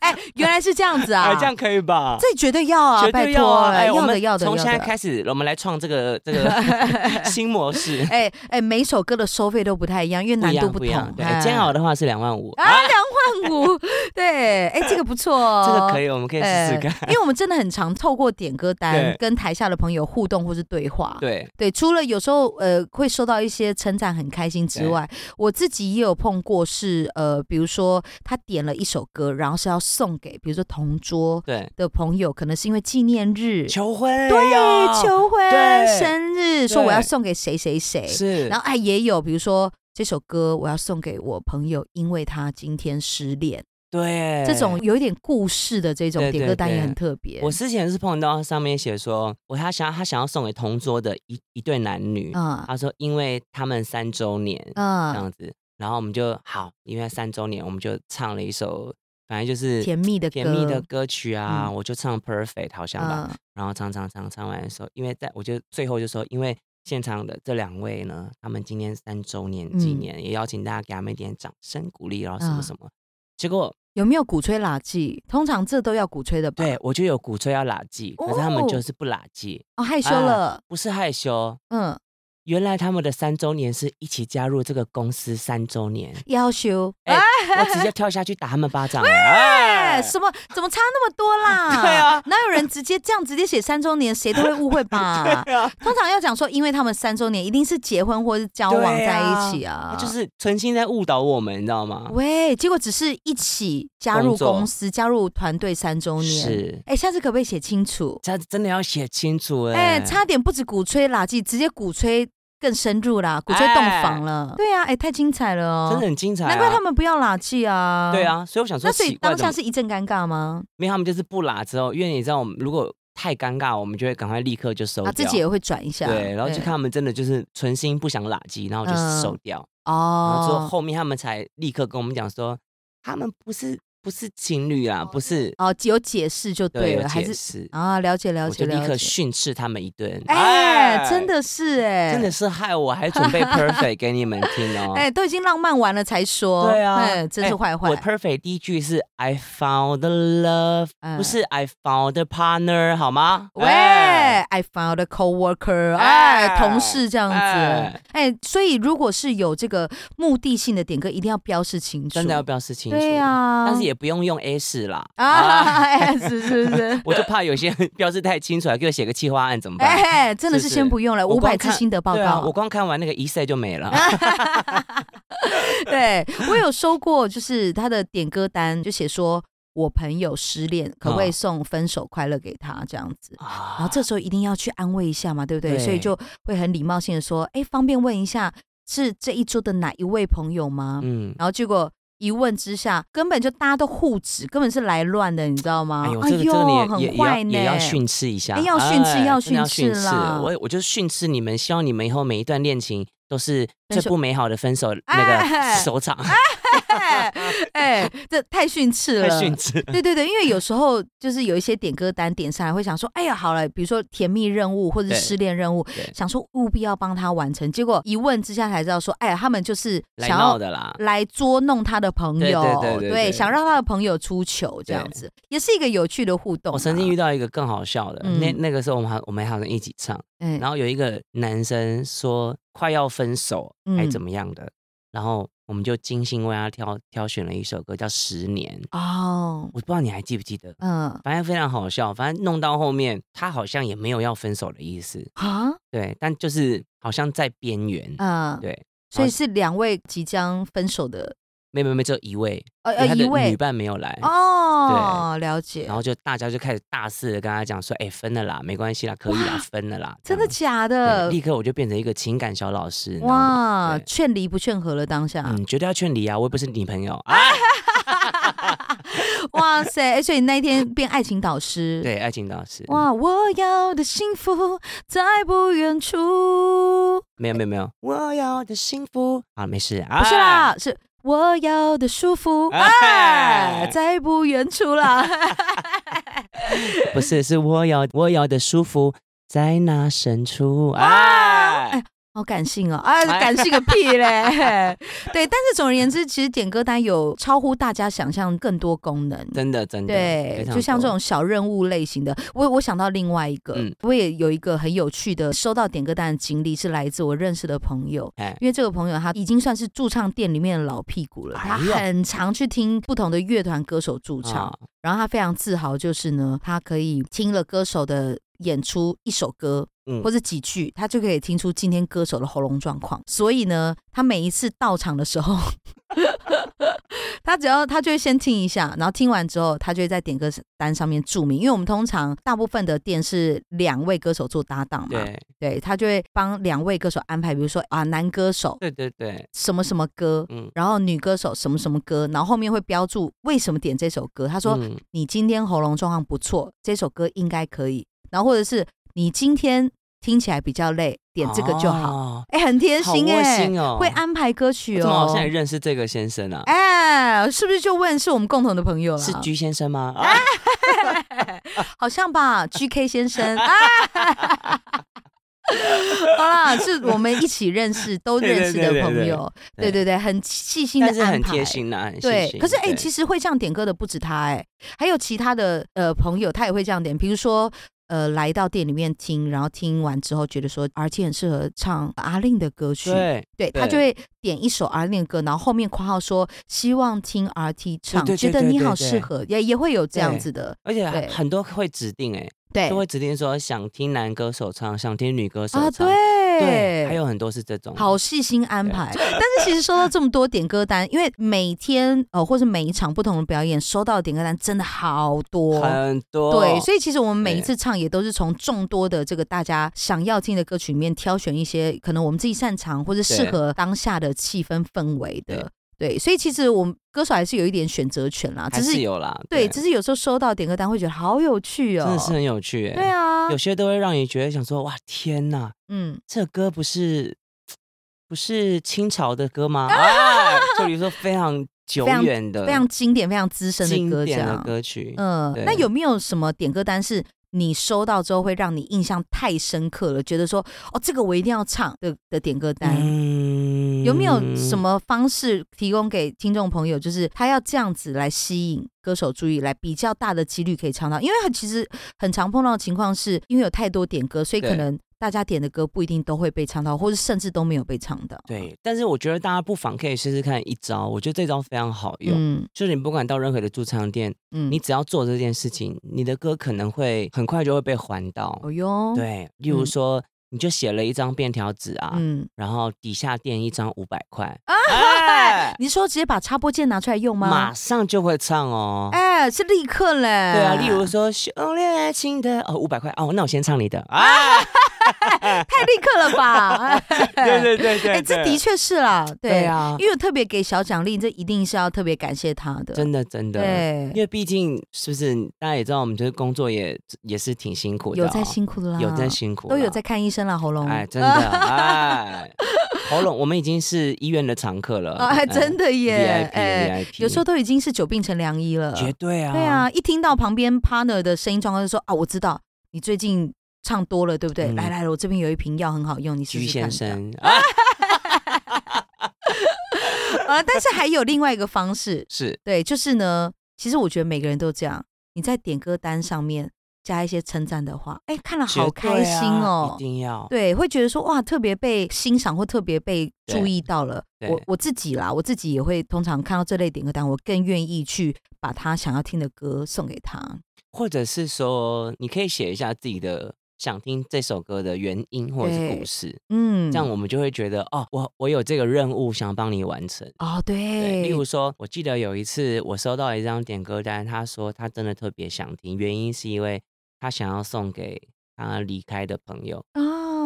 Speaker 1: 哎、原来是这样子啊，
Speaker 2: 哎，这样可以吧？
Speaker 1: 这绝对要啊，
Speaker 2: 绝
Speaker 1: 拜
Speaker 2: 对
Speaker 1: 托
Speaker 2: 要啊！
Speaker 1: 了
Speaker 2: 哎，我
Speaker 1: 要的
Speaker 2: 们
Speaker 1: 要的，
Speaker 2: 从
Speaker 1: 要
Speaker 2: 现在
Speaker 1: 的
Speaker 2: 开始，我们来创这个 这个新模式，
Speaker 1: 哎、哎、每首歌的收费都不太一样，因为难
Speaker 2: 一
Speaker 1: 度
Speaker 2: 样不一
Speaker 1: 同
Speaker 2: 样。。对，
Speaker 1: 哎
Speaker 2: 哎煎熬的话是两万五，
Speaker 1: 啊，两万五，对，哎、这个不错、哦，
Speaker 2: 这个可。以，我们可以试试
Speaker 1: 哎
Speaker 2: 看。
Speaker 1: 因为我们真的很常透过点歌单
Speaker 2: 对
Speaker 1: 跟台下的朋友互动或是对话。
Speaker 2: 对，
Speaker 1: 对，除了有时候呃会收到一些称赞很开心之外，我自己也有碰过是呃，比如说他点了一首歌，然后是要送给比如说同桌
Speaker 2: 对，
Speaker 1: 的朋友，可能是因为纪念日、
Speaker 2: 求婚
Speaker 1: 对
Speaker 2: 有
Speaker 1: 求婚、
Speaker 2: 对
Speaker 1: 生日，说我要
Speaker 2: 对
Speaker 1: 送给谁谁谁，
Speaker 2: 是，
Speaker 1: 然后哎，也有比如说这首歌我要送给我朋友，因为他今天失恋，
Speaker 2: 对
Speaker 1: 这种有一点故事的这种
Speaker 2: 对
Speaker 1: 点
Speaker 2: 对
Speaker 1: 歌单也
Speaker 2: 对
Speaker 1: 很特别。
Speaker 2: 我之前是碰到上面写说，我他想他想要送给同桌的一一对男女，
Speaker 1: 啊
Speaker 2: 他说因为他们三周年这
Speaker 1: 啊，
Speaker 2: 样子，然后我们就好，因为三周年我们就唱了一首，反正就是
Speaker 1: 甜蜜的歌，
Speaker 2: 甜蜜的歌曲啊，
Speaker 1: 嗯
Speaker 2: 我就唱 Perfect 好像吧，
Speaker 1: 啊
Speaker 2: 然后唱唱唱唱完的时候，因为在我就最后就说，因为现场的这两位呢，他们今天三周年纪
Speaker 1: 嗯
Speaker 2: 念，也邀请大家给他们一点掌声鼓励，然后什
Speaker 1: 啊
Speaker 2: 么什么，结果
Speaker 1: 有没有鼓吹垃圾？通常这都要鼓吹的吧？
Speaker 2: 对，我就有鼓吹要拉圾，可是他们
Speaker 1: 哦
Speaker 2: 就是不拉圾，
Speaker 1: 哦，害羞
Speaker 2: 啊
Speaker 1: 了，
Speaker 2: 不是害羞。哦
Speaker 1: 嗯，
Speaker 2: 原来他们的三周年是一起加入这个公司三周年，
Speaker 1: 要羞，
Speaker 2: 哎
Speaker 1: 啊
Speaker 2: 我直接跳下去打他们巴 掌了。哎
Speaker 1: 哎，什么？怎么差那么多啦？
Speaker 2: 对啊，？
Speaker 1: 哪有人直接这样直接写三周年，谁都会误会吧
Speaker 2: 对啊，
Speaker 1: 通常要讲说，因为他们三周年，一定是结婚或是交往
Speaker 2: 对
Speaker 1: 在
Speaker 2: 啊
Speaker 1: 一起啊，
Speaker 2: 他就是存心在误导我们，你知道吗？
Speaker 1: 喂，结果只是一起加入
Speaker 2: 啊工作
Speaker 1: 公司、加入团队三周年。，
Speaker 2: 是，
Speaker 1: 哎，下次可不可以写清楚？
Speaker 2: 他真的要写清楚
Speaker 1: 哎、
Speaker 2: 哎。
Speaker 1: 差点不止鼓吹垃圾，直接鼓吹更深入啦，鼓吹洞房了。对啊，哎，太精彩了哦！
Speaker 2: 真的很精彩啊，
Speaker 1: 难怪他们不要垃圾啊。
Speaker 2: 对。啊，所以我想说
Speaker 1: 那所
Speaker 2: 奇
Speaker 1: 以
Speaker 2: 怪
Speaker 1: 当
Speaker 2: 的
Speaker 1: 下，是一阵尴尬吗？
Speaker 2: 没有他们就是不拉之后，因为你知道，我们如果太尴尬，我们就会赶快立刻就收
Speaker 1: 啊，
Speaker 2: 掉。
Speaker 1: 自己也会转一下。
Speaker 2: 对，然后就看他们真的就是存心不想拉圾，然后
Speaker 1: 嗯
Speaker 2: 就收掉。然后之后
Speaker 1: 哦
Speaker 2: 后面他们才立刻跟我们讲说，他们不是不是情侣啊，不是
Speaker 1: 哦，有解释就
Speaker 2: 对
Speaker 1: 了，
Speaker 2: 有
Speaker 1: 还
Speaker 2: 解
Speaker 1: 是
Speaker 2: 释，
Speaker 1: 啊，了解了
Speaker 2: 我
Speaker 1: 解
Speaker 2: 就立
Speaker 1: 了
Speaker 2: 刻
Speaker 1: 解。
Speaker 2: 训斥他们一顿。
Speaker 1: 哎、真。的是哎、
Speaker 2: 真的是害我还 准备 perfect 给你们听哦。
Speaker 1: 哎、都已经浪漫完了才说，
Speaker 2: 对啊
Speaker 1: 哎，真是
Speaker 2: 哎
Speaker 1: 坏坏、
Speaker 2: 我 perfect 第一句是 I found love，
Speaker 1: 嗯
Speaker 2: 不是 I found a partner 好吗？
Speaker 1: 喂、
Speaker 2: 哎
Speaker 1: i found a coworker，哎、
Speaker 2: 哎
Speaker 1: 同事这样子，哎
Speaker 2: 哎、
Speaker 1: 所以如果是有这个目的性的点歌，一定要标示清楚，
Speaker 2: 真的要表示清楚。
Speaker 1: 对啊，
Speaker 2: 但是也不用用 A 四啦。
Speaker 1: 啊，
Speaker 2: 啊，。
Speaker 1: 哎，是是是
Speaker 2: 我就怕有些人标示太清楚，还给我写个企划案怎么办？
Speaker 1: 哎，真的是
Speaker 2: 是
Speaker 1: 先不用了，
Speaker 2: 我
Speaker 1: 五
Speaker 2: 光
Speaker 1: 百字
Speaker 2: 看
Speaker 1: 心得报
Speaker 2: 对啊，我
Speaker 1: 告。
Speaker 2: 光看完那个一赛就没 了。啊
Speaker 1: 对我有收过，就是他的点歌单，就写说我朋友失恋，可不可以
Speaker 2: 哦
Speaker 1: 送分手快乐给他这样子。然
Speaker 2: 啊
Speaker 1: 哦后这时候一定要去安慰一下嘛，对不对？
Speaker 2: 对
Speaker 1: 所以就会很礼貌性的说：“哎，方便问一下，是这一桌的哪一位朋友吗？”
Speaker 2: 嗯，
Speaker 1: 然后结果一问之下，根本就大家都互指，根本是来乱的，你知道吗？
Speaker 2: 哎呦，这个这个你也也
Speaker 1: 很
Speaker 2: 也要
Speaker 1: 坏呢，
Speaker 2: 也要训斥一下
Speaker 1: 哎，要训斥
Speaker 2: 哎
Speaker 1: 要
Speaker 2: 真的
Speaker 1: 训斥
Speaker 2: 斥
Speaker 1: 啦
Speaker 2: 我我就训斥你们，希望你们以后每一段恋情都是
Speaker 1: 分
Speaker 2: 最
Speaker 1: 手
Speaker 2: 不美好的分手那
Speaker 1: 哎
Speaker 2: 个收场，
Speaker 1: 哎 哎，这太训斥了，
Speaker 2: 太 训斥。
Speaker 1: 对对对，因为有时候就是有一些点歌单点上来，会想说，哎呀，好了，比如说甜蜜任务或者
Speaker 2: 对
Speaker 1: 是失恋任务
Speaker 2: 对，
Speaker 1: 想说务必要帮他完成。结果一问之下才知道说，哎呀，他们就是
Speaker 2: 来
Speaker 1: 想
Speaker 2: 闹
Speaker 1: 要
Speaker 2: 的啦，
Speaker 1: 来捉弄他的朋
Speaker 2: 对
Speaker 1: 友，
Speaker 2: 对对对对
Speaker 1: 想让他的朋友出糗，这
Speaker 2: 对
Speaker 1: 样子也是一个有趣的互动啊。
Speaker 2: 我曾经遇到一个更好笑的，
Speaker 1: 嗯
Speaker 2: 那那个时候我们还我们好像一起唱，
Speaker 1: 哎，
Speaker 2: 然后有一个男生说快要分手
Speaker 1: 嗯
Speaker 2: 还怎么样的，然后我们就精心为他挑挑选了一首歌叫《十年》，
Speaker 1: 哦，
Speaker 2: 我不知道你还记不记得，
Speaker 1: 嗯
Speaker 2: 反正非常好笑，反正弄到后面他好像也没有要分手的意思，
Speaker 1: 啊
Speaker 2: 对，但就是好像在边缘，
Speaker 1: 嗯，
Speaker 2: 对，
Speaker 1: 所以是两位即将分手的，
Speaker 2: 没没没只有一位，
Speaker 1: 呃
Speaker 2: 因
Speaker 1: 呃，
Speaker 2: 为他
Speaker 1: 一
Speaker 2: 的女
Speaker 1: 位
Speaker 2: 伴没有来。
Speaker 1: 哦，了解
Speaker 2: 然。后就大家就开始大肆的跟他讲说，哎、分了啦，没关系啦，可以啦，
Speaker 1: 哇
Speaker 2: 分了啦，
Speaker 1: 真
Speaker 2: 这
Speaker 1: 的
Speaker 2: 样
Speaker 1: 假
Speaker 2: 对
Speaker 1: 的？
Speaker 2: 立刻我就变成一个情感小老师。哇，
Speaker 1: 哇
Speaker 2: 对，
Speaker 1: 劝离不劝和了当下，
Speaker 2: 嗯，绝对要劝离啊！我又不是你朋友啊。
Speaker 1: 哇塞！哎所以你那一天变爱情导师，，
Speaker 2: 对，爱情导师。
Speaker 1: 哇，
Speaker 2: 哇，
Speaker 1: 我要的幸福在不远处，
Speaker 2: 没有没有没有，我要的幸福啊，没事啊，
Speaker 1: 不是啦，是我要的舒服，
Speaker 2: 哎
Speaker 1: 哎，在不远处 啦。
Speaker 2: 不是，是我要我要的舒服在那深处啊。哎
Speaker 1: 好感性哦，啊，
Speaker 2: 哎
Speaker 1: 感性个屁嘞！ 对，但是总而言之，其实点歌单有超乎大家想象更多功能。
Speaker 2: 真的真的，非
Speaker 1: 对，
Speaker 2: 常
Speaker 1: 就像这
Speaker 2: 多
Speaker 1: 种小任务类型的，我我想到另外一个，
Speaker 2: 嗯
Speaker 1: 我也有一个很有趣的收到点歌单的经历，是来自我认识的朋友。
Speaker 2: 哎
Speaker 1: 因为这个朋友他已经算是驻唱店里面的老屁股了，他
Speaker 2: 哎呦
Speaker 1: 很常去听不同的乐团歌手驻唱，
Speaker 2: 啊
Speaker 1: 然后他非常自豪，就是呢，他可以听了歌手的演出一首歌。
Speaker 2: 嗯
Speaker 1: 或者几句，他就可以听出今天歌手的喉咙状况。所以呢，他每一次到场的时候， 他只要他就会先听一下，然后听完之后，他就会在点歌单上面注明，因为我们通常大部分的店是两位歌手做搭档嘛，
Speaker 2: 对
Speaker 1: 对他就会帮两位歌手安排，比如说啊，男歌手
Speaker 2: 对对对，
Speaker 1: 什么什么歌，
Speaker 2: 嗯，
Speaker 1: 然后女歌手什么什么歌，然后后面会标注为什么点这首歌。他说、
Speaker 2: 嗯
Speaker 1: 你今天喉咙状况不错，这首歌应该可以。然后或者是你今天听起来比较累，点这个就好。
Speaker 2: 哦
Speaker 1: 哎、很贴
Speaker 2: 好
Speaker 1: 心
Speaker 2: 窝
Speaker 1: 哎、
Speaker 2: 心哦，
Speaker 1: 会安排歌曲
Speaker 2: 我怎么
Speaker 1: 哦
Speaker 2: 好。像也认识这个先生啊？
Speaker 1: 哎、是不是就问是我们共同的朋友了？
Speaker 2: 是居先生吗？啊，
Speaker 1: 好像吧，G K 先生。啊 好啦，是我们一起认识、都认识的朋友，对
Speaker 2: 对对对对对
Speaker 1: 对对，很细心的
Speaker 2: 但是
Speaker 1: 安
Speaker 2: 很
Speaker 1: 排，
Speaker 2: 贴心呐，很
Speaker 1: 对
Speaker 2: 细，心
Speaker 1: 可是哎、
Speaker 2: 对
Speaker 1: 其实会这样点歌的不止他哎、还有其他的呃朋友，他也会这样点。比如说呃，来到店里面听，然后听完之后觉得说 R T 很适合唱阿令的歌曲，
Speaker 2: 对
Speaker 1: 对
Speaker 2: 对
Speaker 1: 他就会点一首 R T 的歌，然后后面括号说希望听 R T 唱，
Speaker 2: 对对
Speaker 1: 觉得
Speaker 2: 对
Speaker 1: 你
Speaker 2: 对
Speaker 1: 好
Speaker 2: 对
Speaker 1: 适合，也也会有这样
Speaker 2: 对
Speaker 1: 子的，
Speaker 2: 而且
Speaker 1: 对
Speaker 2: 很多会指定哎、
Speaker 1: 对
Speaker 2: 就会指定说想听男歌手唱，想听女歌手
Speaker 1: 啊，
Speaker 2: 唱，
Speaker 1: 对，
Speaker 2: 还有很多是这种，
Speaker 1: 好细心安排。但是其实收到这么多点歌单，因为每天呃或是每一场不同的表演，收到的点歌单真的好多。
Speaker 2: 很多，
Speaker 1: 对，所以其实我们每一
Speaker 2: 哦对
Speaker 1: 次唱也都是从众多的这个大家想要听的歌曲里面挑选一些可能我们自己擅长或者适
Speaker 2: 对
Speaker 1: 合当下的气氛氛围的。对，所以其实我们歌手还是有一点选择权啦，
Speaker 2: 还
Speaker 1: 只
Speaker 2: 是
Speaker 1: 是
Speaker 2: 有啦，
Speaker 1: 对，只是有时候收到点歌单会觉得好有趣哦，
Speaker 2: 真的是很有趣哎、
Speaker 1: 对啊
Speaker 2: 有，些都会让你觉得想说哇天呐，
Speaker 1: 嗯，
Speaker 2: 这歌不是不是清朝的歌吗？哎，就 比如说非常久远的、
Speaker 1: 啊非常经典、非常资深的
Speaker 2: 经
Speaker 1: 歌这
Speaker 2: 典的
Speaker 1: 样，
Speaker 2: 歌曲，
Speaker 1: 嗯，
Speaker 2: 对
Speaker 1: 那有没有什么点歌单是你收到之后会让你印象太深刻了，觉得说哦，这个我一定要唱的的点歌单？
Speaker 2: 嗯
Speaker 1: 有没有什？么方式提供给听众朋友？就是他要这样子来吸引歌手注意，来比较大的几率可以唱到。因为其实很常碰到的情况是，因为有太多点歌，所以
Speaker 2: 对
Speaker 1: 可能大家点的歌不一定都会被唱到，或者甚至都没有被唱到。
Speaker 2: 对，但是我觉得大家不妨可以试试看一招，我觉得这招非常好用。
Speaker 1: 嗯
Speaker 2: 就是你不管到任何的驻唱店，
Speaker 1: 嗯
Speaker 2: 你只要做这件事情，你的歌可能会很快就会被还到。
Speaker 1: 哦哟，，
Speaker 2: 对，例如
Speaker 1: 嗯
Speaker 2: 说，你就写了一张便条纸啊，
Speaker 1: 嗯，
Speaker 2: 然后底下垫一张五百 块，
Speaker 1: 哎，你说直接把插播键拿出来用吗？
Speaker 2: 马上就会唱哦。
Speaker 1: 哎，是立刻嘞。
Speaker 2: 呃对啊，例如说修炼爱情的哦，五百块哦，那我先唱你的啊，
Speaker 1: 太哎立刻了吧？
Speaker 2: 对对对对，
Speaker 1: 哎，这的
Speaker 2: 确
Speaker 1: 确是啦，
Speaker 2: 对
Speaker 1: 对，
Speaker 2: 啊，
Speaker 1: 因为特别给小奖励，这一定是要特别感谢他的，
Speaker 2: 真的真的。因
Speaker 1: 对，
Speaker 2: 为毕竟是不是大家也知道，我们就是工作也也是挺辛苦的、哦啊
Speaker 1: 有在，辛苦的啦，
Speaker 2: 有在，辛苦，
Speaker 1: 都有在。看医生啦，喉咙，
Speaker 2: 哎， 真的，哎，喉咙，我们已经是医院的常客了，
Speaker 1: 啊，哎
Speaker 2: 哎
Speaker 1: 真的耶，
Speaker 2: VIP
Speaker 1: 哎，
Speaker 2: VIP
Speaker 1: 有时候都已经是久病成良医了，
Speaker 2: 绝对啊，
Speaker 1: 对啊，，一听到旁边 partner 的声音状况，就说啊，我知道你最近唱多了，对不对？
Speaker 2: 嗯
Speaker 1: 来来，我这边有一瓶药很好用，你试
Speaker 2: 鞠
Speaker 1: 试看这
Speaker 2: 先
Speaker 1: 样。
Speaker 2: 生啊，
Speaker 1: 啊，但是还有另外一个方式，
Speaker 2: 是
Speaker 1: 对，就是呢，其实我觉得每个人都这样，你在点歌单上面加一些称赞的话，哎，看了好
Speaker 2: 绝对啊
Speaker 1: 开心哦
Speaker 2: 一。定要，
Speaker 1: 对，会觉得说哇，特别被欣赏或特别被
Speaker 2: 对
Speaker 1: 注意到了。
Speaker 2: 对
Speaker 1: 我我自己啦，我自己也会通常看到这类点歌单，我更愿意去把他想要听的歌送给他。
Speaker 2: 或者是说，你可以写一下自己的想听这首歌的原因或者是
Speaker 1: 对
Speaker 2: 故事，
Speaker 1: 嗯，
Speaker 2: 这样我们就会觉得哦，我我有这个任务想帮你完成。
Speaker 1: 哦，
Speaker 2: 对，
Speaker 1: 对，
Speaker 2: 例如说，我记得有一次我收到一张点歌单，他说他真的特别想听，原因是因为他想要送给他离开的朋友，
Speaker 1: 啊，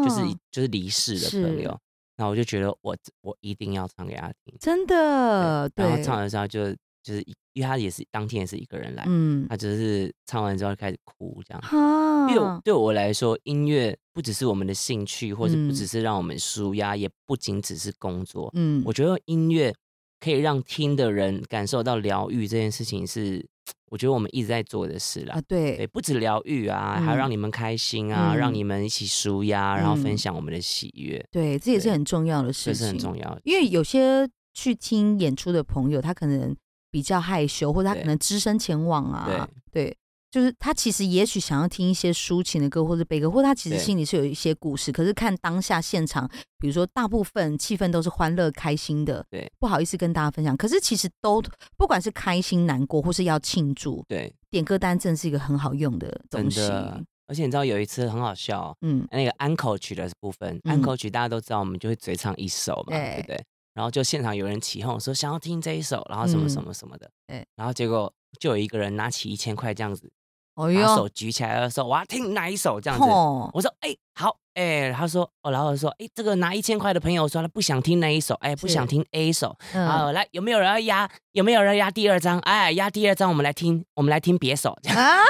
Speaker 2: 就是就是离世的朋
Speaker 1: 是
Speaker 2: 友。那我就觉得我我一定要唱给他听。
Speaker 1: 真的，对，
Speaker 2: 然后唱的时候就就是一因为他也是当天也是一个人来，
Speaker 1: 嗯，
Speaker 2: 他就是唱完之后开始哭这样。
Speaker 1: 哈
Speaker 2: 因为我对我来说，音乐不只是我们的兴趣，或者不
Speaker 1: 嗯
Speaker 2: 只是让我们舒压，也不仅只是工作。
Speaker 1: 嗯，
Speaker 2: 我觉得音乐可以让听的人感受到疗愈这件事情是，我觉得我们一直在做的事啦
Speaker 1: 啊，。对
Speaker 2: 对，，不止疗愈啊，还要让
Speaker 1: 嗯
Speaker 2: 你们开心啊，让
Speaker 1: 嗯
Speaker 2: 你们一起舒压，然后分
Speaker 1: 嗯
Speaker 2: 享我们的喜悦，
Speaker 1: 对，这也是
Speaker 2: 对
Speaker 1: 很重要的
Speaker 2: 这
Speaker 1: 事
Speaker 2: 是
Speaker 1: 情，
Speaker 2: 很重要的。
Speaker 1: 因为有些去听演出的朋友，他可能比较害羞，或者他可
Speaker 2: 对
Speaker 1: 能只身前往啊，对。就是他其实也许想要听一些抒情的歌或者悲歌，或者他其实
Speaker 2: 对
Speaker 1: 心里是有一些故事，可是看当下现场，比如说大部分气氛都是欢乐开心的，
Speaker 2: 对，
Speaker 1: 不好意思跟大家分享。可是其实都不管是开心、难过，或是要庆祝，
Speaker 2: 对，
Speaker 1: 点歌单真的是一个很好用的
Speaker 2: 真
Speaker 1: 东西。
Speaker 2: 的。而且你知道有一次很好笑哦、
Speaker 1: 嗯，
Speaker 2: 那个安口曲的部分，
Speaker 1: 嗯
Speaker 2: 安口曲大家都知道，我们就会嘴唱一首嘛，
Speaker 1: 对
Speaker 2: 对不对？然后就现场有人起哄说想要听这一首，然后什么什么什么的，
Speaker 1: 嗯对
Speaker 2: 然后结果就有一个人拿起一千块这样子，
Speaker 1: 哦
Speaker 2: 把手举起来说我要听哪一首这样子。
Speaker 1: 吼，
Speaker 2: 我说哎、好哎、他说哦，然后我说哎、这个拿一千块的朋友说他不想听那一首，哎、不
Speaker 1: 是
Speaker 2: 想听 A 首，啊、
Speaker 1: 嗯
Speaker 2: 来有没有人要压？有没有人要压第二张？哎，压第二张，我们来听，我们来听别首，这样
Speaker 1: 啊，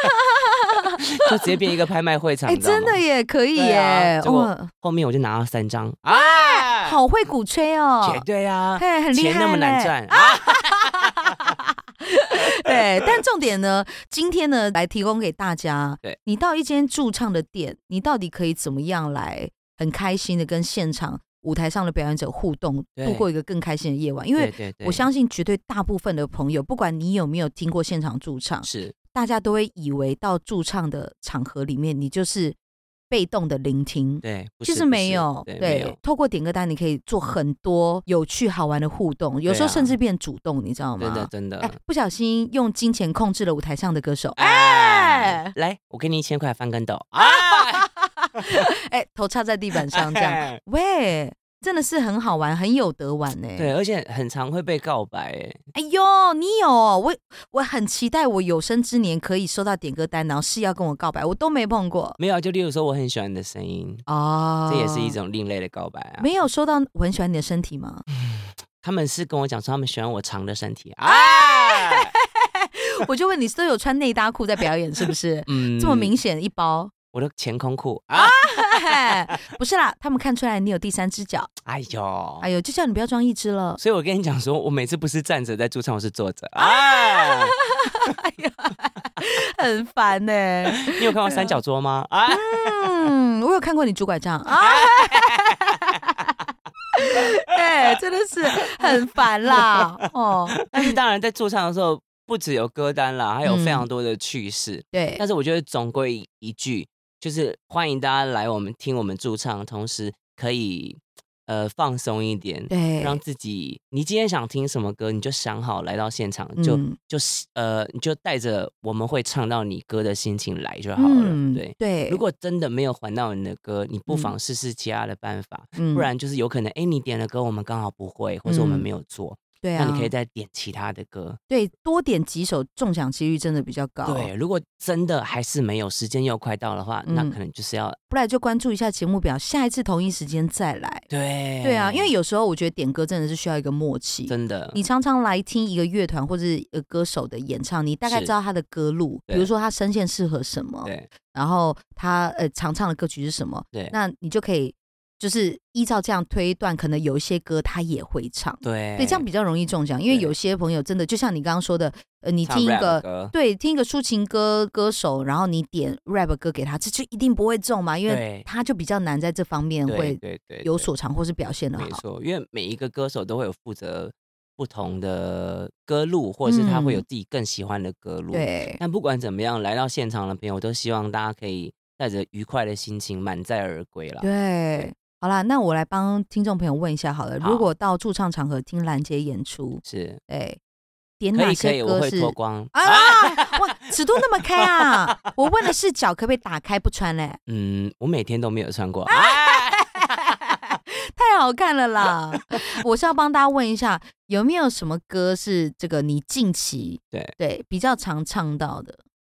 Speaker 2: 就直接变一个拍卖会场。
Speaker 1: 哎，
Speaker 2: 你知道
Speaker 1: 真
Speaker 2: 吗
Speaker 1: 的耶，可以
Speaker 2: 对啊
Speaker 1: 耶，
Speaker 2: 结果
Speaker 1: 哇，
Speaker 2: 后面我就拿到三张啊，
Speaker 1: 好会鼓吹哦
Speaker 2: 绝，对啊，
Speaker 1: 嘿，很厉害，
Speaker 2: 钱那么难。赚啊，
Speaker 1: 对，但重点呢，今天呢，来提供给大家，
Speaker 2: 对
Speaker 1: 你到一间驻唱的店，你到底可以怎么样来很开心的跟现场舞台上的表演者互动，
Speaker 2: 对
Speaker 1: 度过一个更开心的夜晚？因为
Speaker 2: 对对对
Speaker 1: 我相信，绝对大部分的朋友，不管你有没有听过现场驻唱，
Speaker 2: 是
Speaker 1: 大家都会以为到驻唱的场合里面，你就是被动的聆听。
Speaker 2: 对，不
Speaker 1: 其
Speaker 2: 是
Speaker 1: 实
Speaker 2: 不
Speaker 1: 没
Speaker 2: 是
Speaker 1: 有，
Speaker 2: 对没有，
Speaker 1: 透过点歌单，你可以做很多有趣好玩的互动，有时候
Speaker 2: 对啊
Speaker 1: 甚至变主动，你知道吗？
Speaker 2: 真的真
Speaker 1: 哎
Speaker 2: 的，，
Speaker 1: 不小心用金钱控制了舞台上的歌手，哎
Speaker 2: 哎，来，我给你一千块翻跟斗 啊，
Speaker 1: 哎，头插在地板上这样，
Speaker 2: 哎
Speaker 1: 喂，真的是很好玩，很有得玩呢、
Speaker 2: 对，，而且很常会被告白，哎，
Speaker 1: 哎呦，你有哦我，我很期待我有生之年可以收到点歌单，然后是要跟我告白，我都没碰过
Speaker 2: 没有啊，就例如说我很喜欢你的声音，
Speaker 1: 哦，
Speaker 2: 这也是一。种另类的告白啊。
Speaker 1: 没有收到我很喜欢你的身体吗？
Speaker 2: 他们是跟我讲说他们喜欢我长的身体啊，哎
Speaker 1: 我就问你都有穿内搭裤在表演是不是？
Speaker 2: 嗯
Speaker 1: 这么，明显一包，
Speaker 2: 我的前空裤啊，
Speaker 1: 不是啦，他们看出来你有第三只脚，
Speaker 2: 哎呦
Speaker 1: 哎。呦，就叫你不要装一只 了。
Speaker 2: 所以我跟你讲说，我每次不是站着在驻唱，我是 坐着啊。
Speaker 1: 哎呀，很烦呢、
Speaker 2: 你有看过三角桌吗？ 啊，
Speaker 1: 嗯，我有看过你拄拐 杖 啊。哎、真的是很烦啦！哦，
Speaker 2: 但是当然在驻唱的时候，不只有歌单啦，还有非常多的趣事。
Speaker 1: 嗯对，
Speaker 2: 但是我觉得总归一句，就是欢迎大家来我们听我们驻唱，同时可以呃放松一点，
Speaker 1: 对，
Speaker 2: 让自己你今天想听什么歌，你就想好来到现场，就
Speaker 1: 嗯
Speaker 2: 就是呃你就带着我们会唱到你歌的心情来就好了。
Speaker 1: 嗯，
Speaker 2: 对，
Speaker 1: 对，
Speaker 2: 如果真的没有还到你的歌，你不
Speaker 1: 嗯
Speaker 2: 妨试试其他的办法。
Speaker 1: 不
Speaker 2: 不然就是有可能，哎，你点的歌我们刚好不会，或者我们
Speaker 1: 嗯
Speaker 2: 没有做，
Speaker 1: 对啊，
Speaker 2: 那你可以再点其他的歌。
Speaker 1: 对多点几首中奖几率真的比较高，
Speaker 2: 对，，如果真的还是没有，时间又快到的话，那
Speaker 1: 嗯
Speaker 2: 可能就是要
Speaker 1: 不然就关注一下节目表，下一次同一时间再来。
Speaker 2: 对
Speaker 1: 对啊，因为有时候我觉得点歌真的是需要一个默契。
Speaker 2: 哎真的
Speaker 1: 你常常来听一个乐团或者一个歌手的演唱，你大概
Speaker 2: 是
Speaker 1: 知道他的歌路，比如
Speaker 2: 对
Speaker 1: 说他声线适合什么，
Speaker 2: 对
Speaker 1: 然后他呃常唱的歌曲是什么，
Speaker 2: 对
Speaker 1: 那你就可以就是依照这样推断，可能有一些歌他也会唱，
Speaker 2: 对
Speaker 1: 对，这样比较容易中奖。因为
Speaker 2: 对
Speaker 1: 有些朋友真的就像你刚刚说的，呃，你
Speaker 2: 唱
Speaker 1: 听一
Speaker 2: rap 的
Speaker 1: 个。
Speaker 2: 歌
Speaker 1: 对，听一个抒情歌歌手，然后你点 rap 歌给他，这就一定不会中嘛，因为
Speaker 2: 对
Speaker 1: 他就比较难在这方面
Speaker 2: 对
Speaker 1: 会
Speaker 2: 对对
Speaker 1: 有
Speaker 2: 对
Speaker 1: 所长或是表现的
Speaker 2: 没
Speaker 1: 好。
Speaker 2: 错，因为每一个歌手都会有负责不同的歌路，或者是他会有
Speaker 1: 嗯
Speaker 2: 自己更喜欢的歌路。，
Speaker 1: 对，
Speaker 2: 但不管怎么样，来到现场的朋友，我都希望大家可以带着愉快的心情满载而归啦。
Speaker 1: 对，好啦，那我来帮听众朋友问一下好了，如
Speaker 2: 好
Speaker 1: 果到驻唱场合听兰姐演出，
Speaker 2: 是，
Speaker 1: 哎，点
Speaker 2: 可
Speaker 1: 哪
Speaker 2: 以可以，
Speaker 1: 些
Speaker 2: 我
Speaker 1: 歌
Speaker 2: 会
Speaker 1: 是？
Speaker 2: 脱光。
Speaker 1: 啊，哇，尺度那么开啊！我问的是脚可不可以打开不穿嘞？
Speaker 2: 嗯，我每天都没有穿过。
Speaker 1: 啊太好看了 啦！我是要帮大家问一下，有没有什么歌是这个你近期
Speaker 2: 对哦
Speaker 1: 对比较常唱到的，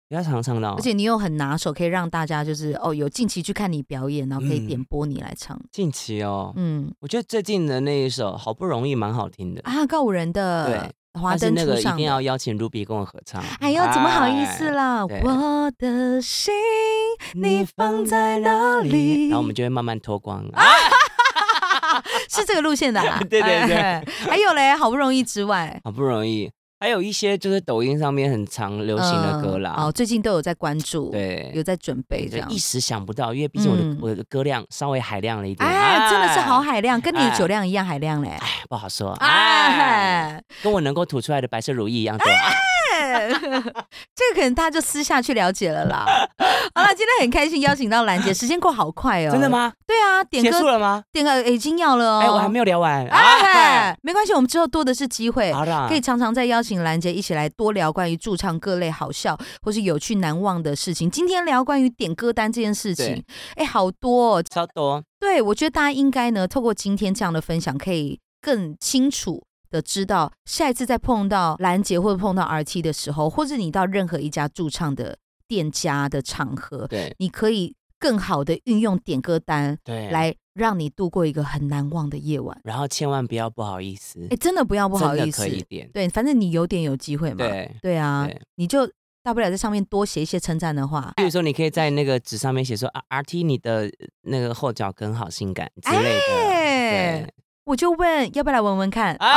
Speaker 2: 不要常唱到
Speaker 1: 而，且你又很拿手，可以让大家就是哦有近期去看你表演，然后可以
Speaker 2: 嗯
Speaker 1: 点播你来唱。
Speaker 2: 近期哦，
Speaker 1: 嗯
Speaker 2: 我觉得最近的那一首《好不容易》蛮好听的，
Speaker 1: 啊，告五人的华
Speaker 2: 但是
Speaker 1: 灯
Speaker 2: 那
Speaker 1: 初
Speaker 2: 个一
Speaker 1: 上
Speaker 2: 定
Speaker 1: 的。
Speaker 2: 要邀请 Ruby 跟我合唱。
Speaker 1: 哎呦，怎么好意思
Speaker 2: 哎？
Speaker 1: 啦！
Speaker 2: 对
Speaker 1: 我的心，你放在哪里？啊
Speaker 2: 然后我们就会慢慢脱光。。
Speaker 1: 是这个路线的、啊
Speaker 2: 对对对
Speaker 1: 哎还有嘞，好不容易之外，
Speaker 2: 好不容易，还有一些就是抖音上面很常 流行的歌啦。
Speaker 1: 嗯哦，最近都有在关注，，有
Speaker 2: 对，
Speaker 1: 在准备这
Speaker 2: 就
Speaker 1: 样
Speaker 2: 一。时想不到，因为毕竟我的、
Speaker 1: 嗯
Speaker 2: 我的歌量稍微海量了一点。
Speaker 1: 哎，真的是好，海量，跟你的
Speaker 2: 哎
Speaker 1: 酒量一样海量嘞。
Speaker 2: 哎，不好说。哎，
Speaker 1: 哎，
Speaker 2: 跟我能够吐出来的白色如意一样多。啊
Speaker 1: 这个可能大家就私下去了解了啦。好了，今天很开心邀请到兰姐，时间过好快哦。
Speaker 2: 真的？吗？
Speaker 1: 对啊，点
Speaker 2: 结束
Speaker 1: 歌
Speaker 2: 了吗？
Speaker 1: 点歌已经要了哦。
Speaker 2: 哎，我还没有聊完。
Speaker 1: 哎
Speaker 2: 哎，，
Speaker 1: 没关系，我们之后多的是机会。
Speaker 2: 好啦，
Speaker 1: 可以常常再邀请兰姐一起来多聊关于驻唱各类好笑或是有趣难忘的事情。今天聊关于点歌单这件事情
Speaker 2: 对，
Speaker 1: 哎，好多、哦。
Speaker 2: 超多。
Speaker 1: 对，我觉得大家应该呢，透过今天这样的分享，可以更清楚的知道，下一次再碰到兰姐或者碰到 RT 的时候，或者你到任何一家驻唱的店家的场合，
Speaker 2: 对
Speaker 1: 你可以更好的运用点歌单
Speaker 2: 对，。
Speaker 1: 来让你度过一个很难忘的夜晚。
Speaker 2: 然后千万不要不好意思
Speaker 1: 哎，，真的不要不好
Speaker 2: 真
Speaker 1: 意
Speaker 2: 的
Speaker 1: 思
Speaker 2: 可，以点。
Speaker 1: 对，反正你有点有机会嘛。
Speaker 2: 对。
Speaker 1: 对啊，
Speaker 2: 对
Speaker 1: 你就大不了在上面多写一些称赞的话。
Speaker 2: 比如说，你可以在那个纸上面写说啊，R T 你的呃那个后脚跟好性感之类的，
Speaker 1: 哎
Speaker 2: 对，
Speaker 1: 我就问要不要来闻闻看，
Speaker 2: 哎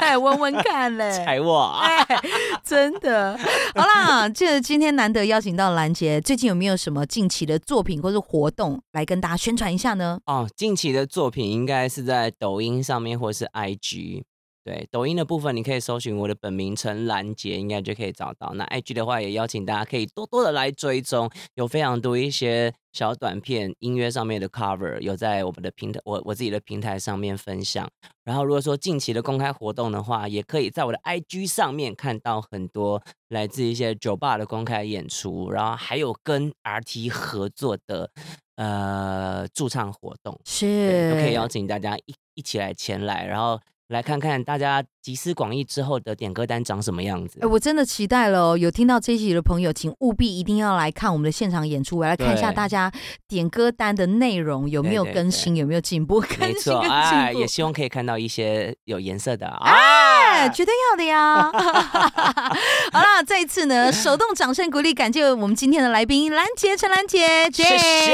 Speaker 1: 哎，闻闻看 嘞。
Speaker 2: 踩我啊！
Speaker 1: 哎，真的，好啦，这今天难得邀请到兰杰，最近有没有什么近期的作品或是活动来跟大家宣传一下呢？
Speaker 2: 哦，近期的作品应该是在抖音上面或是 IG。对，抖音的部分你可以搜寻我的本名陈兰杰，应该就可以找到。那 IG 的话，也邀请大家可以多多的来追踪，有非常多一些小短片、音乐上面的 cover，有在我们的平台，我我自己的平台上面分享。然后如果说近期的公开活动的话，也可以在我的 IG 上面看到很多来自一些酒吧的公开演出，然后还有跟 RT 合作的呃驻唱活动，对，
Speaker 1: 是，
Speaker 2: 都可以邀请大家一一起来前来，然后来看看大家集思广益之后的点歌单长什么样子
Speaker 1: 哎、。我真的期待了哦！有听到这一集的朋友，请务必一定要来看我们的现场演出，我来看一下
Speaker 2: 对
Speaker 1: 大家点歌单的内容有没有
Speaker 2: 对对
Speaker 1: 更新，有没有进步， 更
Speaker 2: 没
Speaker 1: 新
Speaker 2: 错，
Speaker 1: 跟
Speaker 2: 哎，
Speaker 1: 进
Speaker 2: 也
Speaker 1: 步。
Speaker 2: 希望可以看到一些有颜色的
Speaker 1: 哎，
Speaker 2: 啊。
Speaker 1: 绝对要的 呀！好啦，再一次呢，手动掌声鼓励，感谢我们今天的来宾兰杰、陈兰杰、
Speaker 2: 谢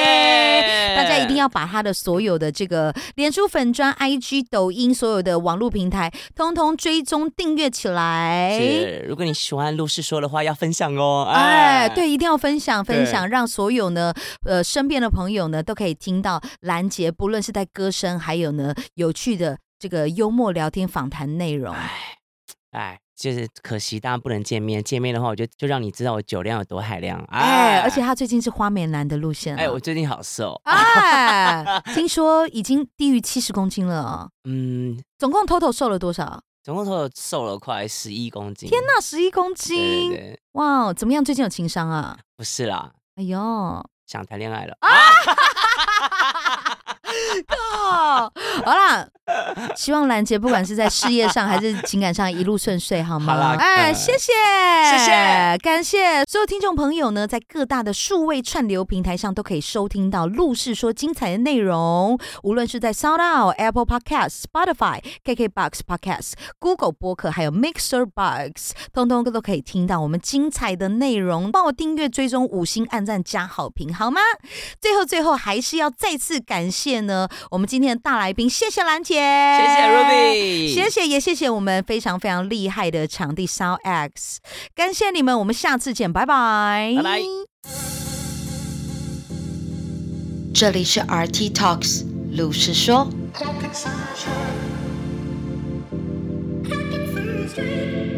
Speaker 2: 谢
Speaker 1: 大家一定要把他的所有的这个脸书粉砖、IG、抖音所有的网络平台，通通追踪订阅起来。
Speaker 2: 是，如果你喜欢陆氏说的话，要分享哦。
Speaker 1: 哎，，对，一定要分享分
Speaker 2: 对
Speaker 1: 享，让所有呢，呃，身边的朋友呢都可以听到兰杰，不论是在歌声，还有呢有趣的这个幽默聊天访谈内容。
Speaker 2: 哎，就是可惜大家不能见面，见面的话，我就就让你知道我酒量有多海量。
Speaker 1: 哎，而且他最近是花美男的路线了。啊
Speaker 2: 啊哎，我最近好瘦，
Speaker 1: 哎，听说已经低于七十公斤了哦，
Speaker 2: 嗯，
Speaker 1: 总共 total 瘦了多少？
Speaker 2: 总共头瘦了快十一公斤。
Speaker 1: 天哪，十一公
Speaker 2: 对对
Speaker 1: 斤！
Speaker 2: 对，
Speaker 1: 哇，怎么样？最近有情商啊？
Speaker 2: 不是啦，
Speaker 1: 哎呦，
Speaker 2: 想谈恋爱了。
Speaker 1: 靠！ 好啦，希望兰姐不管是在事业上还是情感上一路顺遂，好吗？
Speaker 2: 好啦
Speaker 1: 哎，
Speaker 2: 呃
Speaker 1: 谢谢，
Speaker 2: 谢谢，
Speaker 1: 感谢所有听众朋友呢，在各大的数位串流平台上都可以收听到陆氏说精彩的内容，无论是在 Sound Out、Apple Podcast、Spotify、KKBox Podcast、Google 播客，还有 Mixer Box，通通都可以听到我们精彩的内容。帮我订阅、追踪、五星按赞加好评，好吗？最后，最后还是要再次感谢呢，我们今天的大来宾，谢谢兰姐，
Speaker 2: 谢
Speaker 1: 谢
Speaker 2: 谢 Ruby，
Speaker 1: 哎谢谢也谢谢我们非常非常厉害的场地 Sound X，感谢你们，我们下次见，拜拜，
Speaker 2: 拜拜
Speaker 3: 这里是 RT Talks 鲁是说。
Speaker 4: Pocket sunshine. Pocket sunshine.